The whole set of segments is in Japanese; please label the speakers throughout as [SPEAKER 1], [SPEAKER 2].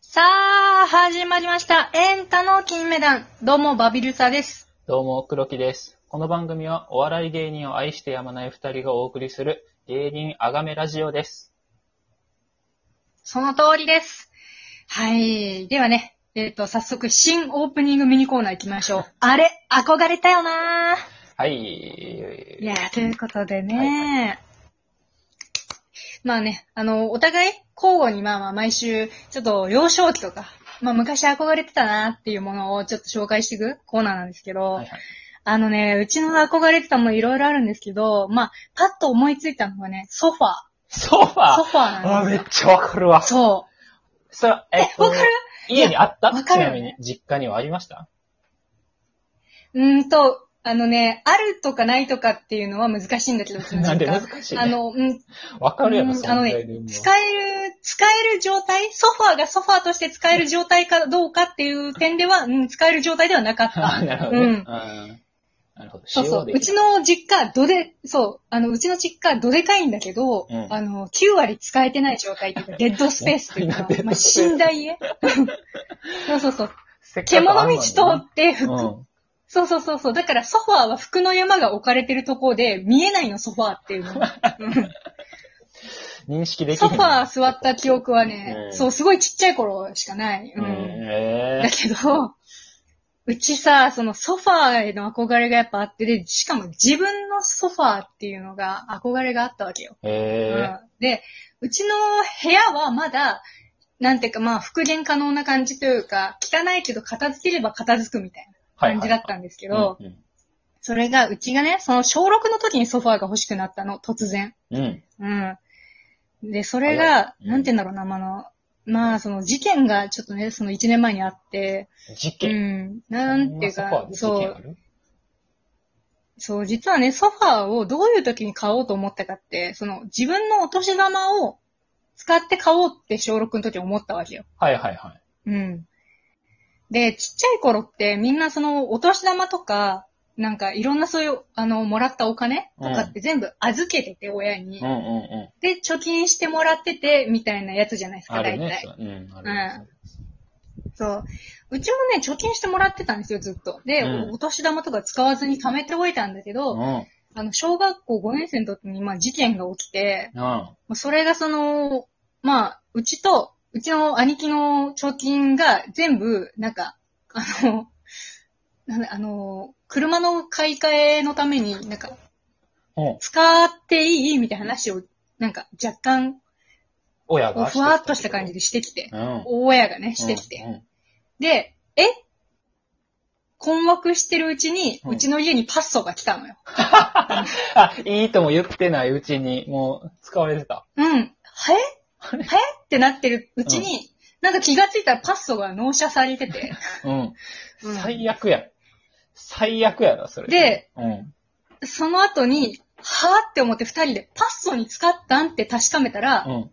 [SPEAKER 1] さあ、始まりました。エンタの金メダル。どうも、バビルサです。
[SPEAKER 2] どうも、黒木です。この番組はお笑い芸人を愛してやまない二人がお送りする芸人あがめラジオです。
[SPEAKER 1] その通りです。はい。ではね、えっ、と、早速、新オープニングミニコーナー行きまし ょう。あれ、憧れたよなー。
[SPEAKER 2] はい。
[SPEAKER 1] いやー、ということでね、まあね、あの、お互い交互にまあまあ毎週、ちょっと幼少期とか、まあ昔憧れてたなっていうものをちょっと紹介していくコーナーなんですけど、
[SPEAKER 2] はいはい
[SPEAKER 1] あのね、うちの憧れてたもいろいろあるんですけど、まあ、パッと思いついたのがね、ソファー。
[SPEAKER 2] ソフ
[SPEAKER 1] ソフ
[SPEAKER 2] ァー
[SPEAKER 1] ァーな
[SPEAKER 2] あ、
[SPEAKER 1] ん
[SPEAKER 2] め
[SPEAKER 1] で
[SPEAKER 2] っちゃわかるわ。
[SPEAKER 1] すよ。そ
[SPEAKER 2] それは、えっ
[SPEAKER 1] う。わかる
[SPEAKER 2] 家にあった
[SPEAKER 1] わか
[SPEAKER 2] ち
[SPEAKER 1] る
[SPEAKER 2] なみに、実家にはありました
[SPEAKER 1] うーんと、あのね、あるとかないとかっていうのは難しいんだけど、うちの実家
[SPEAKER 2] なんで難しいね
[SPEAKER 1] あの、うん、
[SPEAKER 2] わかるやろ、
[SPEAKER 1] うん
[SPEAKER 2] 存
[SPEAKER 1] あのね
[SPEAKER 2] 在でもう。
[SPEAKER 1] 使える、使える状態ソファーがソファーとして使える状態かどうかっていう点では、うん、使える状態ではなかっ
[SPEAKER 2] あ
[SPEAKER 1] た。
[SPEAKER 2] なるほどね。
[SPEAKER 1] うん
[SPEAKER 2] うんなるほど。
[SPEAKER 1] そうそう。
[SPEAKER 2] 塩で
[SPEAKER 1] うちの実家、どで、そう、あの、うちの実家、どでかいんだけど、
[SPEAKER 2] うん
[SPEAKER 1] あの、9割使えてない状態ってい うか、デッドスペースっていう
[SPEAKER 2] なん
[SPEAKER 1] か
[SPEAKER 2] で、
[SPEAKER 1] まあ、寝台 家そうそうそう。
[SPEAKER 2] せっかく
[SPEAKER 1] 獣道通
[SPEAKER 2] あんのに
[SPEAKER 1] って、服
[SPEAKER 2] うん。
[SPEAKER 1] そうそうそうそう。だからソファーは服の山が置かれてるとこで、見えないのソファーっていう の。
[SPEAKER 2] 認識でき
[SPEAKER 1] ソファ
[SPEAKER 2] ない
[SPEAKER 1] ー座った記憶はね、
[SPEAKER 2] うん
[SPEAKER 1] そう、すごいちっちゃい頃しかない。う
[SPEAKER 2] うんん。え
[SPEAKER 1] だけど、うちさ、そのソファーへの憧れがやっぱあって、で、しかも自分のソファーっていうのが憧れがあったわけよ。
[SPEAKER 2] ーえ
[SPEAKER 1] うん、で、うちの部屋はまだ、なんていうかまあ復元可能な感じというか、汚いけど片付ければ片付くみたいな
[SPEAKER 2] ーはいはい。
[SPEAKER 1] 感じだったんですけど、
[SPEAKER 2] うんうん
[SPEAKER 1] それが、うちがね、その小6の時にソファーが欲しくなったの、突然。
[SPEAKER 2] うん。
[SPEAKER 1] うん。で、それが、
[SPEAKER 2] うん
[SPEAKER 1] なんて言うんだろうな、まあの、まあ、その事件がちょっとね、その1年前にあって、
[SPEAKER 2] 事
[SPEAKER 1] う
[SPEAKER 2] 件。
[SPEAKER 1] ん、なんていう
[SPEAKER 2] そんなソフ
[SPEAKER 1] かそ
[SPEAKER 2] ァー、で事件あ
[SPEAKER 1] う、
[SPEAKER 2] る
[SPEAKER 1] そう、実はね、ソファーをどういう時に買おうと思ったかって、その自分のお年玉を使って買おうって小6の時思ったわけよ。
[SPEAKER 2] はいはいはい。
[SPEAKER 1] うん。で、ちっちゃい頃ってみんなそのお年玉とか、なんかいろんなそういう、あの、もらったお金とかって全部預けてて、親に。
[SPEAKER 2] うんうんうん。
[SPEAKER 1] で、貯金してもらってて、みたいなやつじゃないですか、
[SPEAKER 2] ある
[SPEAKER 1] 大体。
[SPEAKER 2] ね。そううん、あるね。
[SPEAKER 1] そう。うちもね、貯金してもらってたんですよ、ずっと。で、
[SPEAKER 2] うん
[SPEAKER 1] お年玉とか使わずに貯めておいたんだけ
[SPEAKER 2] う
[SPEAKER 1] ど、
[SPEAKER 2] ん。うん。
[SPEAKER 1] あの、小学校5年生の時に、まあ、事件が起きて、
[SPEAKER 2] は
[SPEAKER 1] まあそれがその、まあ、うちと、うちの兄貴の貯金が全部、なんか、あの、なんだあの、車の買い替えのために、なんか、
[SPEAKER 2] うん
[SPEAKER 1] 使っていいみたいな話を、なんか、若干、
[SPEAKER 2] 親
[SPEAKER 1] こう
[SPEAKER 2] が。
[SPEAKER 1] ふわっとした感じでしてきて、
[SPEAKER 2] うん。
[SPEAKER 1] 大親がね、してきて。
[SPEAKER 2] て。
[SPEAKER 1] で、え困惑してるうちに、
[SPEAKER 2] うん
[SPEAKER 1] うちの家にパッソが来たのよ。
[SPEAKER 2] あ、いいとも言ってないうちに、もう、使われてた。
[SPEAKER 1] うん。はえ
[SPEAKER 2] あれ
[SPEAKER 1] はえってなってるうちに、なんか気がついたらパッソが納車されてて。
[SPEAKER 2] うん。
[SPEAKER 1] うん
[SPEAKER 2] 最悪や。最悪やな、それ。
[SPEAKER 1] で、
[SPEAKER 2] うん。
[SPEAKER 1] その後に、はぁって思って二人で、パッソに使ったんって確かめたら、
[SPEAKER 2] うん。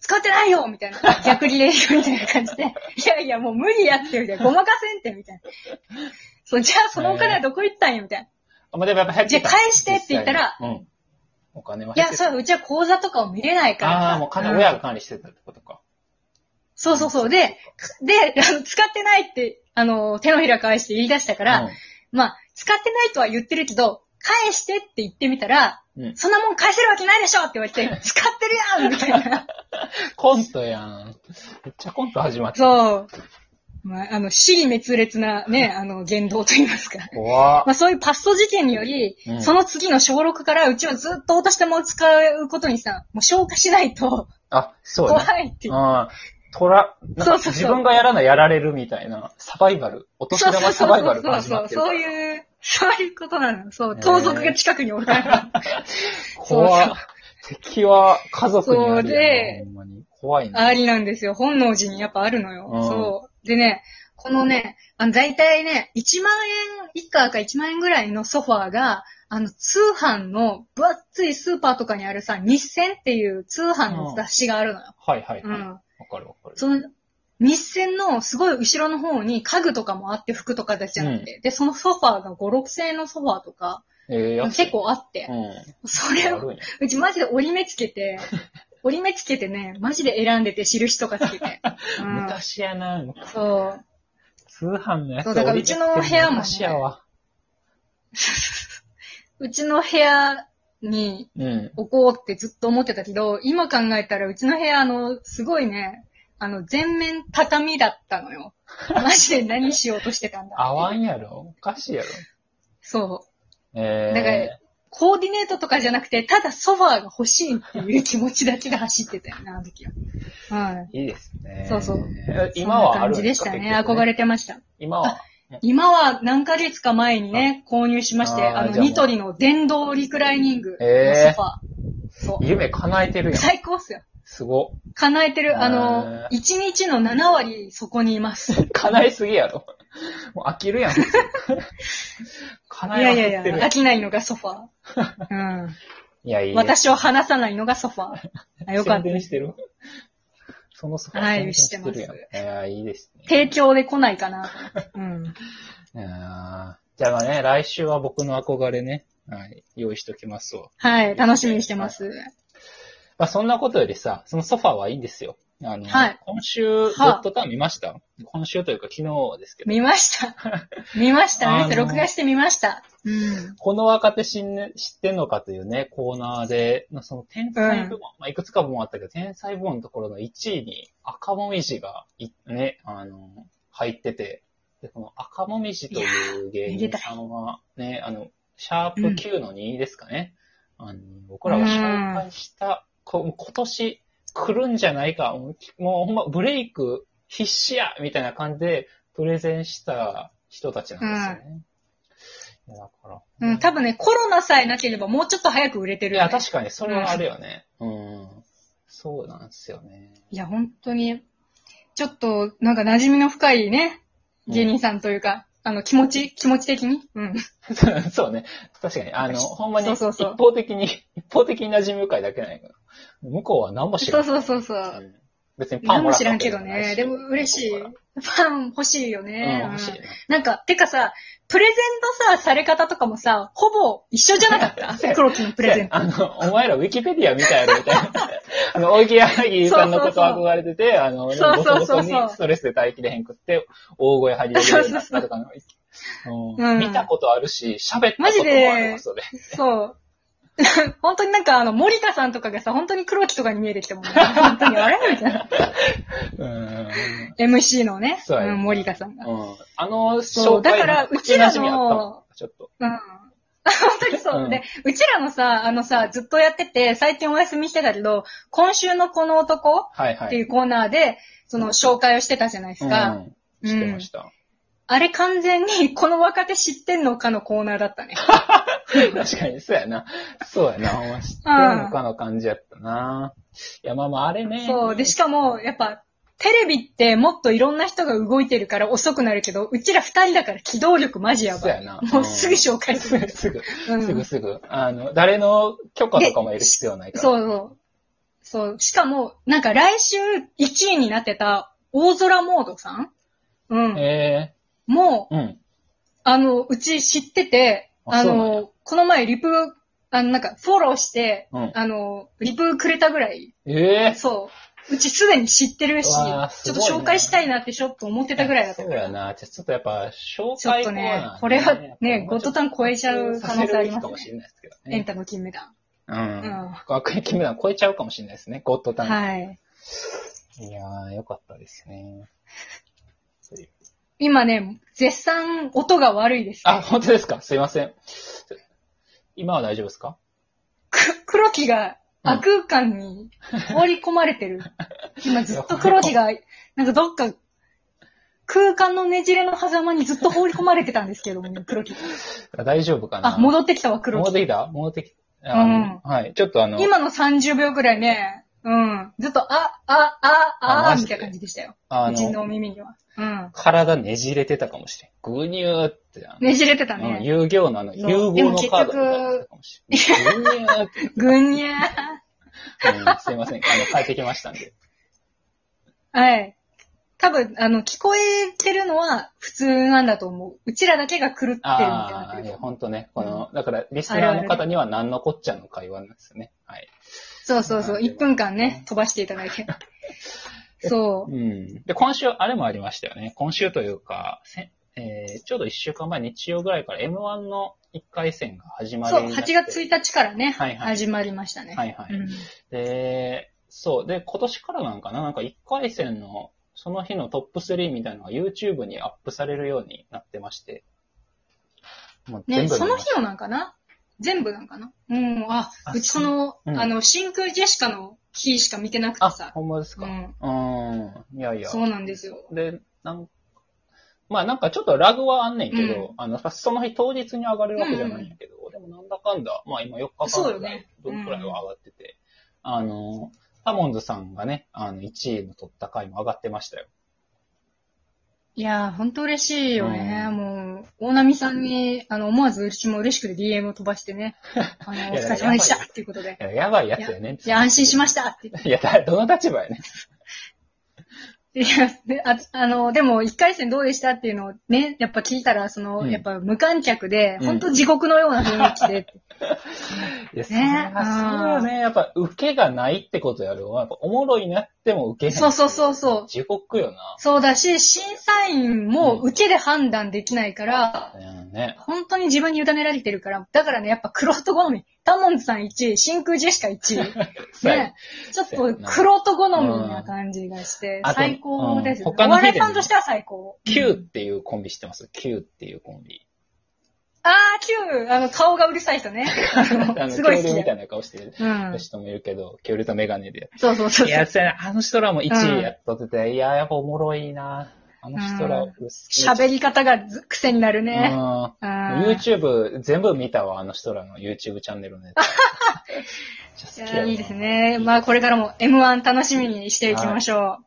[SPEAKER 1] 使ってないよみたいな。逆に礼儀みたいな感じで。いやいや、もう無理やって、みたいな。ごまかせんって、みたいな。そう、じゃあそのお金はどこ行ったんや、みたいな。
[SPEAKER 2] あ、まあ、でもやっぱ入ってた。
[SPEAKER 1] じゃあ返してって言ったら
[SPEAKER 2] 実際に、うん。お金はい入っ
[SPEAKER 1] や、
[SPEAKER 2] て
[SPEAKER 1] そ
[SPEAKER 2] た。
[SPEAKER 1] れはうちは口座とかを見れないからさ。
[SPEAKER 2] ああ、もう金、
[SPEAKER 1] ん
[SPEAKER 2] 親が管理してたってことか。
[SPEAKER 1] そうそうそう。で、で、あの使ってないって、あの、手のひら返して言い出したから、
[SPEAKER 2] うん、
[SPEAKER 1] まあ、使ってないとは言ってるけど、返してって言ってみたら、
[SPEAKER 2] うん
[SPEAKER 1] そんなもん返せるわけないでしょって言われ て、使ってるやんみたいな。
[SPEAKER 2] コントやん。めっちゃコント始まった。
[SPEAKER 1] そう。まあ、あの、死に滅裂なね、あの、言動と言いますか。
[SPEAKER 2] 怖っ
[SPEAKER 1] まあ、そういうパスト事件により、
[SPEAKER 2] うん
[SPEAKER 1] その次の小6からうちはずっとお年玉を使うことにさ、もう消化しないと
[SPEAKER 2] あ、そう
[SPEAKER 1] 怖
[SPEAKER 2] ね。
[SPEAKER 1] いっていう。
[SPEAKER 2] ああ、トラ、なん
[SPEAKER 1] そう
[SPEAKER 2] か
[SPEAKER 1] そうそう
[SPEAKER 2] 自分がやらないやられるみたいな、サバイバル、お年
[SPEAKER 1] そうそ
[SPEAKER 2] 玉
[SPEAKER 1] う
[SPEAKER 2] サ
[SPEAKER 1] そう
[SPEAKER 2] バイバルが
[SPEAKER 1] そう
[SPEAKER 2] 始
[SPEAKER 1] そ
[SPEAKER 2] ま
[SPEAKER 1] う。
[SPEAKER 2] ってるか
[SPEAKER 1] そう
[SPEAKER 2] ら。
[SPEAKER 1] いう、そういうことなの。そう、
[SPEAKER 2] ね
[SPEAKER 1] 盗賊が近くにおるから。
[SPEAKER 2] 怖
[SPEAKER 1] そう
[SPEAKER 2] っ敵は家族にあるよ
[SPEAKER 1] そうで
[SPEAKER 2] ねほんまに。怖いな。
[SPEAKER 1] ありなんですよ。本能寺にやっぱあるのよ。
[SPEAKER 2] うん
[SPEAKER 1] そう。でね、このね、あの、だいたいね、1万円以下か1万円ぐらいのソファーが、あの、通販の、分厚いスーパーとかにあるさ、日銭っていう通販の雑誌があるのよ。
[SPEAKER 2] はいはいは
[SPEAKER 1] う
[SPEAKER 2] い。
[SPEAKER 1] ん
[SPEAKER 2] わ。かるわかる。
[SPEAKER 1] その、日銭のすごい後ろの方に家具とかもあって、服とかだけじゃなくて、で、そのソファーが5、6千円のソファーとか、
[SPEAKER 2] ええ、安い
[SPEAKER 1] 結。構あって
[SPEAKER 2] う、ん。
[SPEAKER 1] それを
[SPEAKER 2] 悪いね
[SPEAKER 1] うちマジで折り目つけて、折り目つけてね、マジで選んでて、印とかつけて。うん
[SPEAKER 2] 昔やな、
[SPEAKER 1] そう。
[SPEAKER 2] 通販のやつ
[SPEAKER 1] そうだからうちの部屋もね
[SPEAKER 2] 昔やわ。
[SPEAKER 1] うちの部屋に
[SPEAKER 2] うん。
[SPEAKER 1] 置こうってずっと思ってたけど、今考えたらうちの部屋、あの、すごいね、あの、全面畳だったの よ。マジで何しようとしてたんだ。
[SPEAKER 2] 合わんやろおかしいやろ
[SPEAKER 1] そう。
[SPEAKER 2] え
[SPEAKER 1] だから
[SPEAKER 2] ー、
[SPEAKER 1] コーディネートとかじゃなくて、ただソファーが欲しいっていう気持ちだけが走ってたよね、あの時は。はい。
[SPEAKER 2] いいですね。
[SPEAKER 1] そうそう
[SPEAKER 2] え
[SPEAKER 1] そん
[SPEAKER 2] 今
[SPEAKER 1] な
[SPEAKER 2] はあ
[SPEAKER 1] 感
[SPEAKER 2] る
[SPEAKER 1] じ
[SPEAKER 2] ん
[SPEAKER 1] で
[SPEAKER 2] で
[SPEAKER 1] し
[SPEAKER 2] すか
[SPEAKER 1] たね。憧。れてました。
[SPEAKER 2] 今は、
[SPEAKER 1] 今は何ヶ月か前にね、購入しまして、
[SPEAKER 2] あー
[SPEAKER 1] あの、
[SPEAKER 2] じゃあもう
[SPEAKER 1] ニトリの電動リクライニングのソフ
[SPEAKER 2] えー
[SPEAKER 1] ァー。そう。
[SPEAKER 2] 夢叶えてるやん。
[SPEAKER 1] 最高っすよ。
[SPEAKER 2] すご。
[SPEAKER 1] 叶えてる。あ
[SPEAKER 2] え
[SPEAKER 1] の
[SPEAKER 2] ー、
[SPEAKER 1] 一日の7割そこにい ます。
[SPEAKER 2] 叶えすぎやろ。もう飽きるやん。普通
[SPEAKER 1] い
[SPEAKER 2] 叶
[SPEAKER 1] やい
[SPEAKER 2] えまく
[SPEAKER 1] や
[SPEAKER 2] っ
[SPEAKER 1] いや、
[SPEAKER 2] てる
[SPEAKER 1] 飽きないのがソファ ー。うん。
[SPEAKER 2] いや、いいね。
[SPEAKER 1] 私を離さないのがソファ ー。あよかった
[SPEAKER 2] 宣。伝してる。そのソファ
[SPEAKER 1] はい
[SPEAKER 2] 宣伝るやん
[SPEAKER 1] 知って
[SPEAKER 2] いや、いいですね。
[SPEAKER 1] 提供で来ないかなと思って。うん。
[SPEAKER 2] いやーじゃあね、来週は僕の憧れね、はい、用意しときますわ。
[SPEAKER 1] はい、楽しみにしてます。
[SPEAKER 2] まあ、そんなことよりさ、そのソファーはいいんですよ。あの、
[SPEAKER 1] はい
[SPEAKER 2] 今週、ドットタウン見ました今週というか昨日ですけど。
[SPEAKER 1] 見ま した。見ました。
[SPEAKER 2] あ
[SPEAKER 1] 見ま
[SPEAKER 2] の
[SPEAKER 1] した。録画してみました。うん。
[SPEAKER 2] この若手知んね知ってんのかというね、コーナーで、まあその天才部門、まあ、いくつか部門あったけど、天才部門のところの1位に赤もみじがい、ね、あの、入ってて、で、この赤もみじという芸人さんは、ね、あの、シャープ Q の2ですかね。あの、僕らが紹介した、こ今年来るんじゃないか、もうもうほんまブレイク必死やみたいな感じでプレゼンした人たちなんですよね。いやだから。
[SPEAKER 1] うん、多分ね、コロナさえなければもうちょっと早く売れて
[SPEAKER 2] い
[SPEAKER 1] るよ
[SPEAKER 2] や、
[SPEAKER 1] ね、
[SPEAKER 2] 確かに、それはあるよね。うん。そうなんですよね。
[SPEAKER 1] いや、本当に、ちょっと、なんか馴染みの深いね、芸人さんというか、あの、気持ち、気持ち的に。うん。
[SPEAKER 2] そうね。確かに、あの、ほんまに、
[SPEAKER 1] そう
[SPEAKER 2] 一
[SPEAKER 1] そうそう
[SPEAKER 2] 方的に、一方的に馴染み深いだけないから。向こうは何も知ら
[SPEAKER 1] そ
[SPEAKER 2] ん。
[SPEAKER 1] うそうそうそうう。
[SPEAKER 2] ん別にパ
[SPEAKER 1] な
[SPEAKER 2] ン
[SPEAKER 1] んも
[SPEAKER 2] もらっ
[SPEAKER 1] 知
[SPEAKER 2] た
[SPEAKER 1] ら
[SPEAKER 2] わ
[SPEAKER 1] ん
[SPEAKER 2] け
[SPEAKER 1] け
[SPEAKER 2] じ
[SPEAKER 1] ど
[SPEAKER 2] ゃない
[SPEAKER 1] ね。
[SPEAKER 2] し
[SPEAKER 1] でも嬉しい
[SPEAKER 2] 向こ。
[SPEAKER 1] パン欲しいよ
[SPEAKER 2] うから
[SPEAKER 1] ね。
[SPEAKER 2] うん、欲しいね。
[SPEAKER 1] なんか、てかさ、プレゼントさ、され方とかもさ、ほぼ一緒じゃなかっ
[SPEAKER 2] そう
[SPEAKER 1] た
[SPEAKER 2] や
[SPEAKER 1] 黒木のプレゼント。
[SPEAKER 2] あの、お前らウィキペディアみたいやろ、みた いな。あの、おいぎやはぎさんのこと憧れてて、あの、ボ
[SPEAKER 1] そう
[SPEAKER 2] ソ
[SPEAKER 1] そ
[SPEAKER 2] ボ
[SPEAKER 1] うそ
[SPEAKER 2] ソ
[SPEAKER 1] う
[SPEAKER 2] に
[SPEAKER 1] そう
[SPEAKER 2] ストレスで耐えきれへんくって、大声張り上げるようになったとかの。
[SPEAKER 1] う
[SPEAKER 2] う
[SPEAKER 1] ん
[SPEAKER 2] ん見たことあるし、喋ったこともありますので。
[SPEAKER 1] そう。 本当になんかあの、森田さんとかがさ、本当に黒木とかに見えてきてもんね、本当にあれみたい な。
[SPEAKER 2] うん。
[SPEAKER 1] MC のね、
[SPEAKER 2] そうやね
[SPEAKER 1] ん、森田さんが。
[SPEAKER 2] うんあの、
[SPEAKER 1] そう
[SPEAKER 2] 紹介
[SPEAKER 1] だから
[SPEAKER 2] 口馴染みあったもん
[SPEAKER 1] うちらの
[SPEAKER 2] ちょっと。
[SPEAKER 1] うん。 本当にそう。
[SPEAKER 2] うん
[SPEAKER 1] で、うちらのさ、あのさ、ずっとやってて、最近お休みしてたけど、今週のこの男
[SPEAKER 2] はいは
[SPEAKER 1] っ
[SPEAKER 2] い。
[SPEAKER 1] ていうコーナーで、その紹介をしてたじゃないですか。
[SPEAKER 2] うん、知ってました。
[SPEAKER 1] あれ完全に、この若手知ってんのかのコーナーだった ね。
[SPEAKER 2] 確かに、そうやな。そうやな。 ほんま知ってんのかの感じやったな。いや、まあまあ、あれね。
[SPEAKER 1] そう。で、しかも、やっぱ、テレビってもっといろんな人が動いてるから遅くなるけど、うちら二人だから機動力マジや
[SPEAKER 2] そう
[SPEAKER 1] ば
[SPEAKER 2] や
[SPEAKER 1] い。
[SPEAKER 2] な。
[SPEAKER 1] もうすぐ紹介す
[SPEAKER 2] す
[SPEAKER 1] る
[SPEAKER 2] ぐ、。すぐ、
[SPEAKER 1] うん
[SPEAKER 2] すぐすぐ。あの、誰の許可とかも得る必要ないから。
[SPEAKER 1] そうそう。そう。しかも、なんか来週1位になってた大空モードさんうん。
[SPEAKER 2] え
[SPEAKER 1] もう、
[SPEAKER 2] えうん。
[SPEAKER 1] あの、うち知ってて、
[SPEAKER 2] あ
[SPEAKER 1] あ
[SPEAKER 2] そうなんや
[SPEAKER 1] の、この前リプ、あの、なんかフォローして、
[SPEAKER 2] うん
[SPEAKER 1] あの、リプくれたぐらい、
[SPEAKER 2] ええ
[SPEAKER 1] そう。うちすでに知ってるし、
[SPEAKER 2] うわーす
[SPEAKER 1] ちょっ
[SPEAKER 2] ごい
[SPEAKER 1] と
[SPEAKER 2] ね
[SPEAKER 1] 紹介したいなってちょっと思ってたぐらいだった
[SPEAKER 2] そ
[SPEAKER 1] か
[SPEAKER 2] う
[SPEAKER 1] ら。
[SPEAKER 2] やな。じゃあちょっとやっぱ、紹
[SPEAKER 1] ちょっ
[SPEAKER 2] 介
[SPEAKER 1] と
[SPEAKER 2] コーナー
[SPEAKER 1] ね、これはね、ゴッドタ
[SPEAKER 2] ン
[SPEAKER 1] ン超えちゃう可能性ありま
[SPEAKER 2] か
[SPEAKER 1] す
[SPEAKER 2] もし
[SPEAKER 1] ね。
[SPEAKER 2] れないですけど
[SPEAKER 1] エン
[SPEAKER 2] ね。
[SPEAKER 1] タの金メダ
[SPEAKER 2] うん
[SPEAKER 1] うん。
[SPEAKER 2] 学園金メダル超えちゃうかもしれないですね、ゴッドタ
[SPEAKER 1] ル。
[SPEAKER 2] ン。
[SPEAKER 1] はい。
[SPEAKER 2] いやー、よかったですね。
[SPEAKER 1] 今ね、絶賛音が悪いです、
[SPEAKER 2] あ、本当ですかすいません。今は大丈夫ですか
[SPEAKER 1] く黒木が悪空間に放り込まれてる。今ずっと黒木が、なんかどっか空間のねじれの狭間にずっと放り込まれてたんですけども、 黒木。
[SPEAKER 2] 大丈夫かな
[SPEAKER 1] あ、戻ってきたわ、黒
[SPEAKER 2] 戻っ
[SPEAKER 1] 木。
[SPEAKER 2] てきた戻ってきた。あのはい。ちょっとあの、
[SPEAKER 1] 今の30秒くらいね、うん。ずっと、あ、あ、あ、あ、
[SPEAKER 2] あマ
[SPEAKER 1] み
[SPEAKER 2] ジで
[SPEAKER 1] たいな感じでしたよ。
[SPEAKER 2] あ
[SPEAKER 1] うちの
[SPEAKER 2] の、
[SPEAKER 1] お耳には。うん。
[SPEAKER 2] 体ねじれてたかもしれん。ぐにゅーってな。
[SPEAKER 1] ねじれてた
[SPEAKER 2] うん、
[SPEAKER 1] ね。
[SPEAKER 2] 遊行のあの、
[SPEAKER 1] そう
[SPEAKER 2] 融合のカードとかあったかもしれん。ぐにゅーって。
[SPEAKER 1] ぐにゃー。
[SPEAKER 2] うんすいません。あの、帰ってきましたんで。
[SPEAKER 1] はい。多分、あの、聞こえてるのは普通なんだと思う。うちらだけが狂ってるみたいにな
[SPEAKER 2] あ
[SPEAKER 1] って
[SPEAKER 2] あ、い
[SPEAKER 1] る
[SPEAKER 2] や、ほんとね。この、だから、リスナーの方には何のこっちゃの会話なんですよね。はい。
[SPEAKER 1] そうそうそう、
[SPEAKER 2] なるほど
[SPEAKER 1] 1分間ね、飛ばしていただい て。そう。
[SPEAKER 2] うん。で、今週、あれもありましたよね。今週というか、せえーちょうど1週間前、日曜ぐらいから M1 の1回戦が始まり
[SPEAKER 1] そう、8月1日からね、
[SPEAKER 2] はいはい
[SPEAKER 1] 始まりましたね。
[SPEAKER 2] はいはい
[SPEAKER 1] うん
[SPEAKER 2] で、そう。で、今年からなんかな、なんか1回戦の、その日のトップ3みたいなのが YouTube にアップされるようになってまして。もう
[SPEAKER 1] ね、
[SPEAKER 2] 見
[SPEAKER 1] その
[SPEAKER 2] まし
[SPEAKER 1] 日のなんかな全部なんかなうん、あ、
[SPEAKER 2] あ
[SPEAKER 1] うちその、
[SPEAKER 2] うん
[SPEAKER 1] あの、真空ジェシカの日しか見てなくて
[SPEAKER 2] たあ、
[SPEAKER 1] さ。
[SPEAKER 2] ほんまですか。
[SPEAKER 1] う
[SPEAKER 2] うん。いやい
[SPEAKER 1] ん、
[SPEAKER 2] や。
[SPEAKER 1] そうなんですよ。
[SPEAKER 2] で、なんまあなんかちょっとラグはあんねんけど、
[SPEAKER 1] うん
[SPEAKER 2] あの、その日当日に上がるわけじゃないんやけど、でもなんだかんだ、まあ今4日
[SPEAKER 1] そう
[SPEAKER 2] 間
[SPEAKER 1] よ
[SPEAKER 2] ぐらい
[SPEAKER 1] ね
[SPEAKER 2] 分くらいは上がってて、あの、タモンズさんがね、あの、1位の取った回も上がってましたよ。
[SPEAKER 1] いやー、ほんと嬉しいよね。
[SPEAKER 2] うん
[SPEAKER 1] もう、大波さんに、あの、思わずうちも嬉しくて DM を飛ばしてね。あ の、お疲れ様でしたっていうことで
[SPEAKER 2] い。ややばいやつやねん
[SPEAKER 1] いや、安心しま
[SPEAKER 2] し。
[SPEAKER 1] したって言った
[SPEAKER 2] いや、だどの立場やねん。
[SPEAKER 1] て。いや、でああの、でも、一回戦どうでしたっていうのをね、やっぱ聞いたら、その、
[SPEAKER 2] うん
[SPEAKER 1] やっぱ無観客で、
[SPEAKER 2] うん
[SPEAKER 1] ほんと地獄のような雰囲気で。
[SPEAKER 2] いや、それはそうよね。やっぱ、受けがないってことやろ。やっぱ、おもろいなっても受けへん。
[SPEAKER 1] そうそうそうそう
[SPEAKER 2] 地獄よな。
[SPEAKER 1] そうだし、審査員も
[SPEAKER 2] うん
[SPEAKER 1] 受けで判断できないから、
[SPEAKER 2] うん、ね。
[SPEAKER 1] 本当に自分に委ねられてるから、だからね、やっぱクロート好み。タモンズさん1位、真空ジェシカ1 位。ね。ちょっとクロート好みな感じがして
[SPEAKER 2] うん、
[SPEAKER 1] 最高です
[SPEAKER 2] あと
[SPEAKER 1] よ
[SPEAKER 2] う
[SPEAKER 1] ね。
[SPEAKER 2] ん他
[SPEAKER 1] お
[SPEAKER 2] の
[SPEAKER 1] 笑
[SPEAKER 2] 日でね
[SPEAKER 1] いさんとしては最高。
[SPEAKER 2] Q っていうコンビ知ってます ?Q っていうコンビ。
[SPEAKER 1] あー、Q! あの、顔がうるさい人ね。
[SPEAKER 2] あの、
[SPEAKER 1] すごい好
[SPEAKER 2] 恐竜
[SPEAKER 1] き
[SPEAKER 2] みた
[SPEAKER 1] だ。
[SPEAKER 2] いな顔してる
[SPEAKER 1] うん。
[SPEAKER 2] 人もいるけど、恐竜とメガネで。
[SPEAKER 1] そうそうそう
[SPEAKER 2] い
[SPEAKER 1] そう。
[SPEAKER 2] や、そうやなあの人らも1位やっとってて、いや、やっぱおもろいな。あの人ら、
[SPEAKER 1] う
[SPEAKER 2] うっす
[SPEAKER 1] 喋り方がず癖になる
[SPEAKER 2] うん
[SPEAKER 1] ね。うん
[SPEAKER 2] YouTube 全部見たわ、あの人らの YouTube チャンネル のやつ。めっちゃ好きや
[SPEAKER 1] いや
[SPEAKER 2] ない
[SPEAKER 1] いですね。まあ、これからも M1 楽しみにしていきましょう。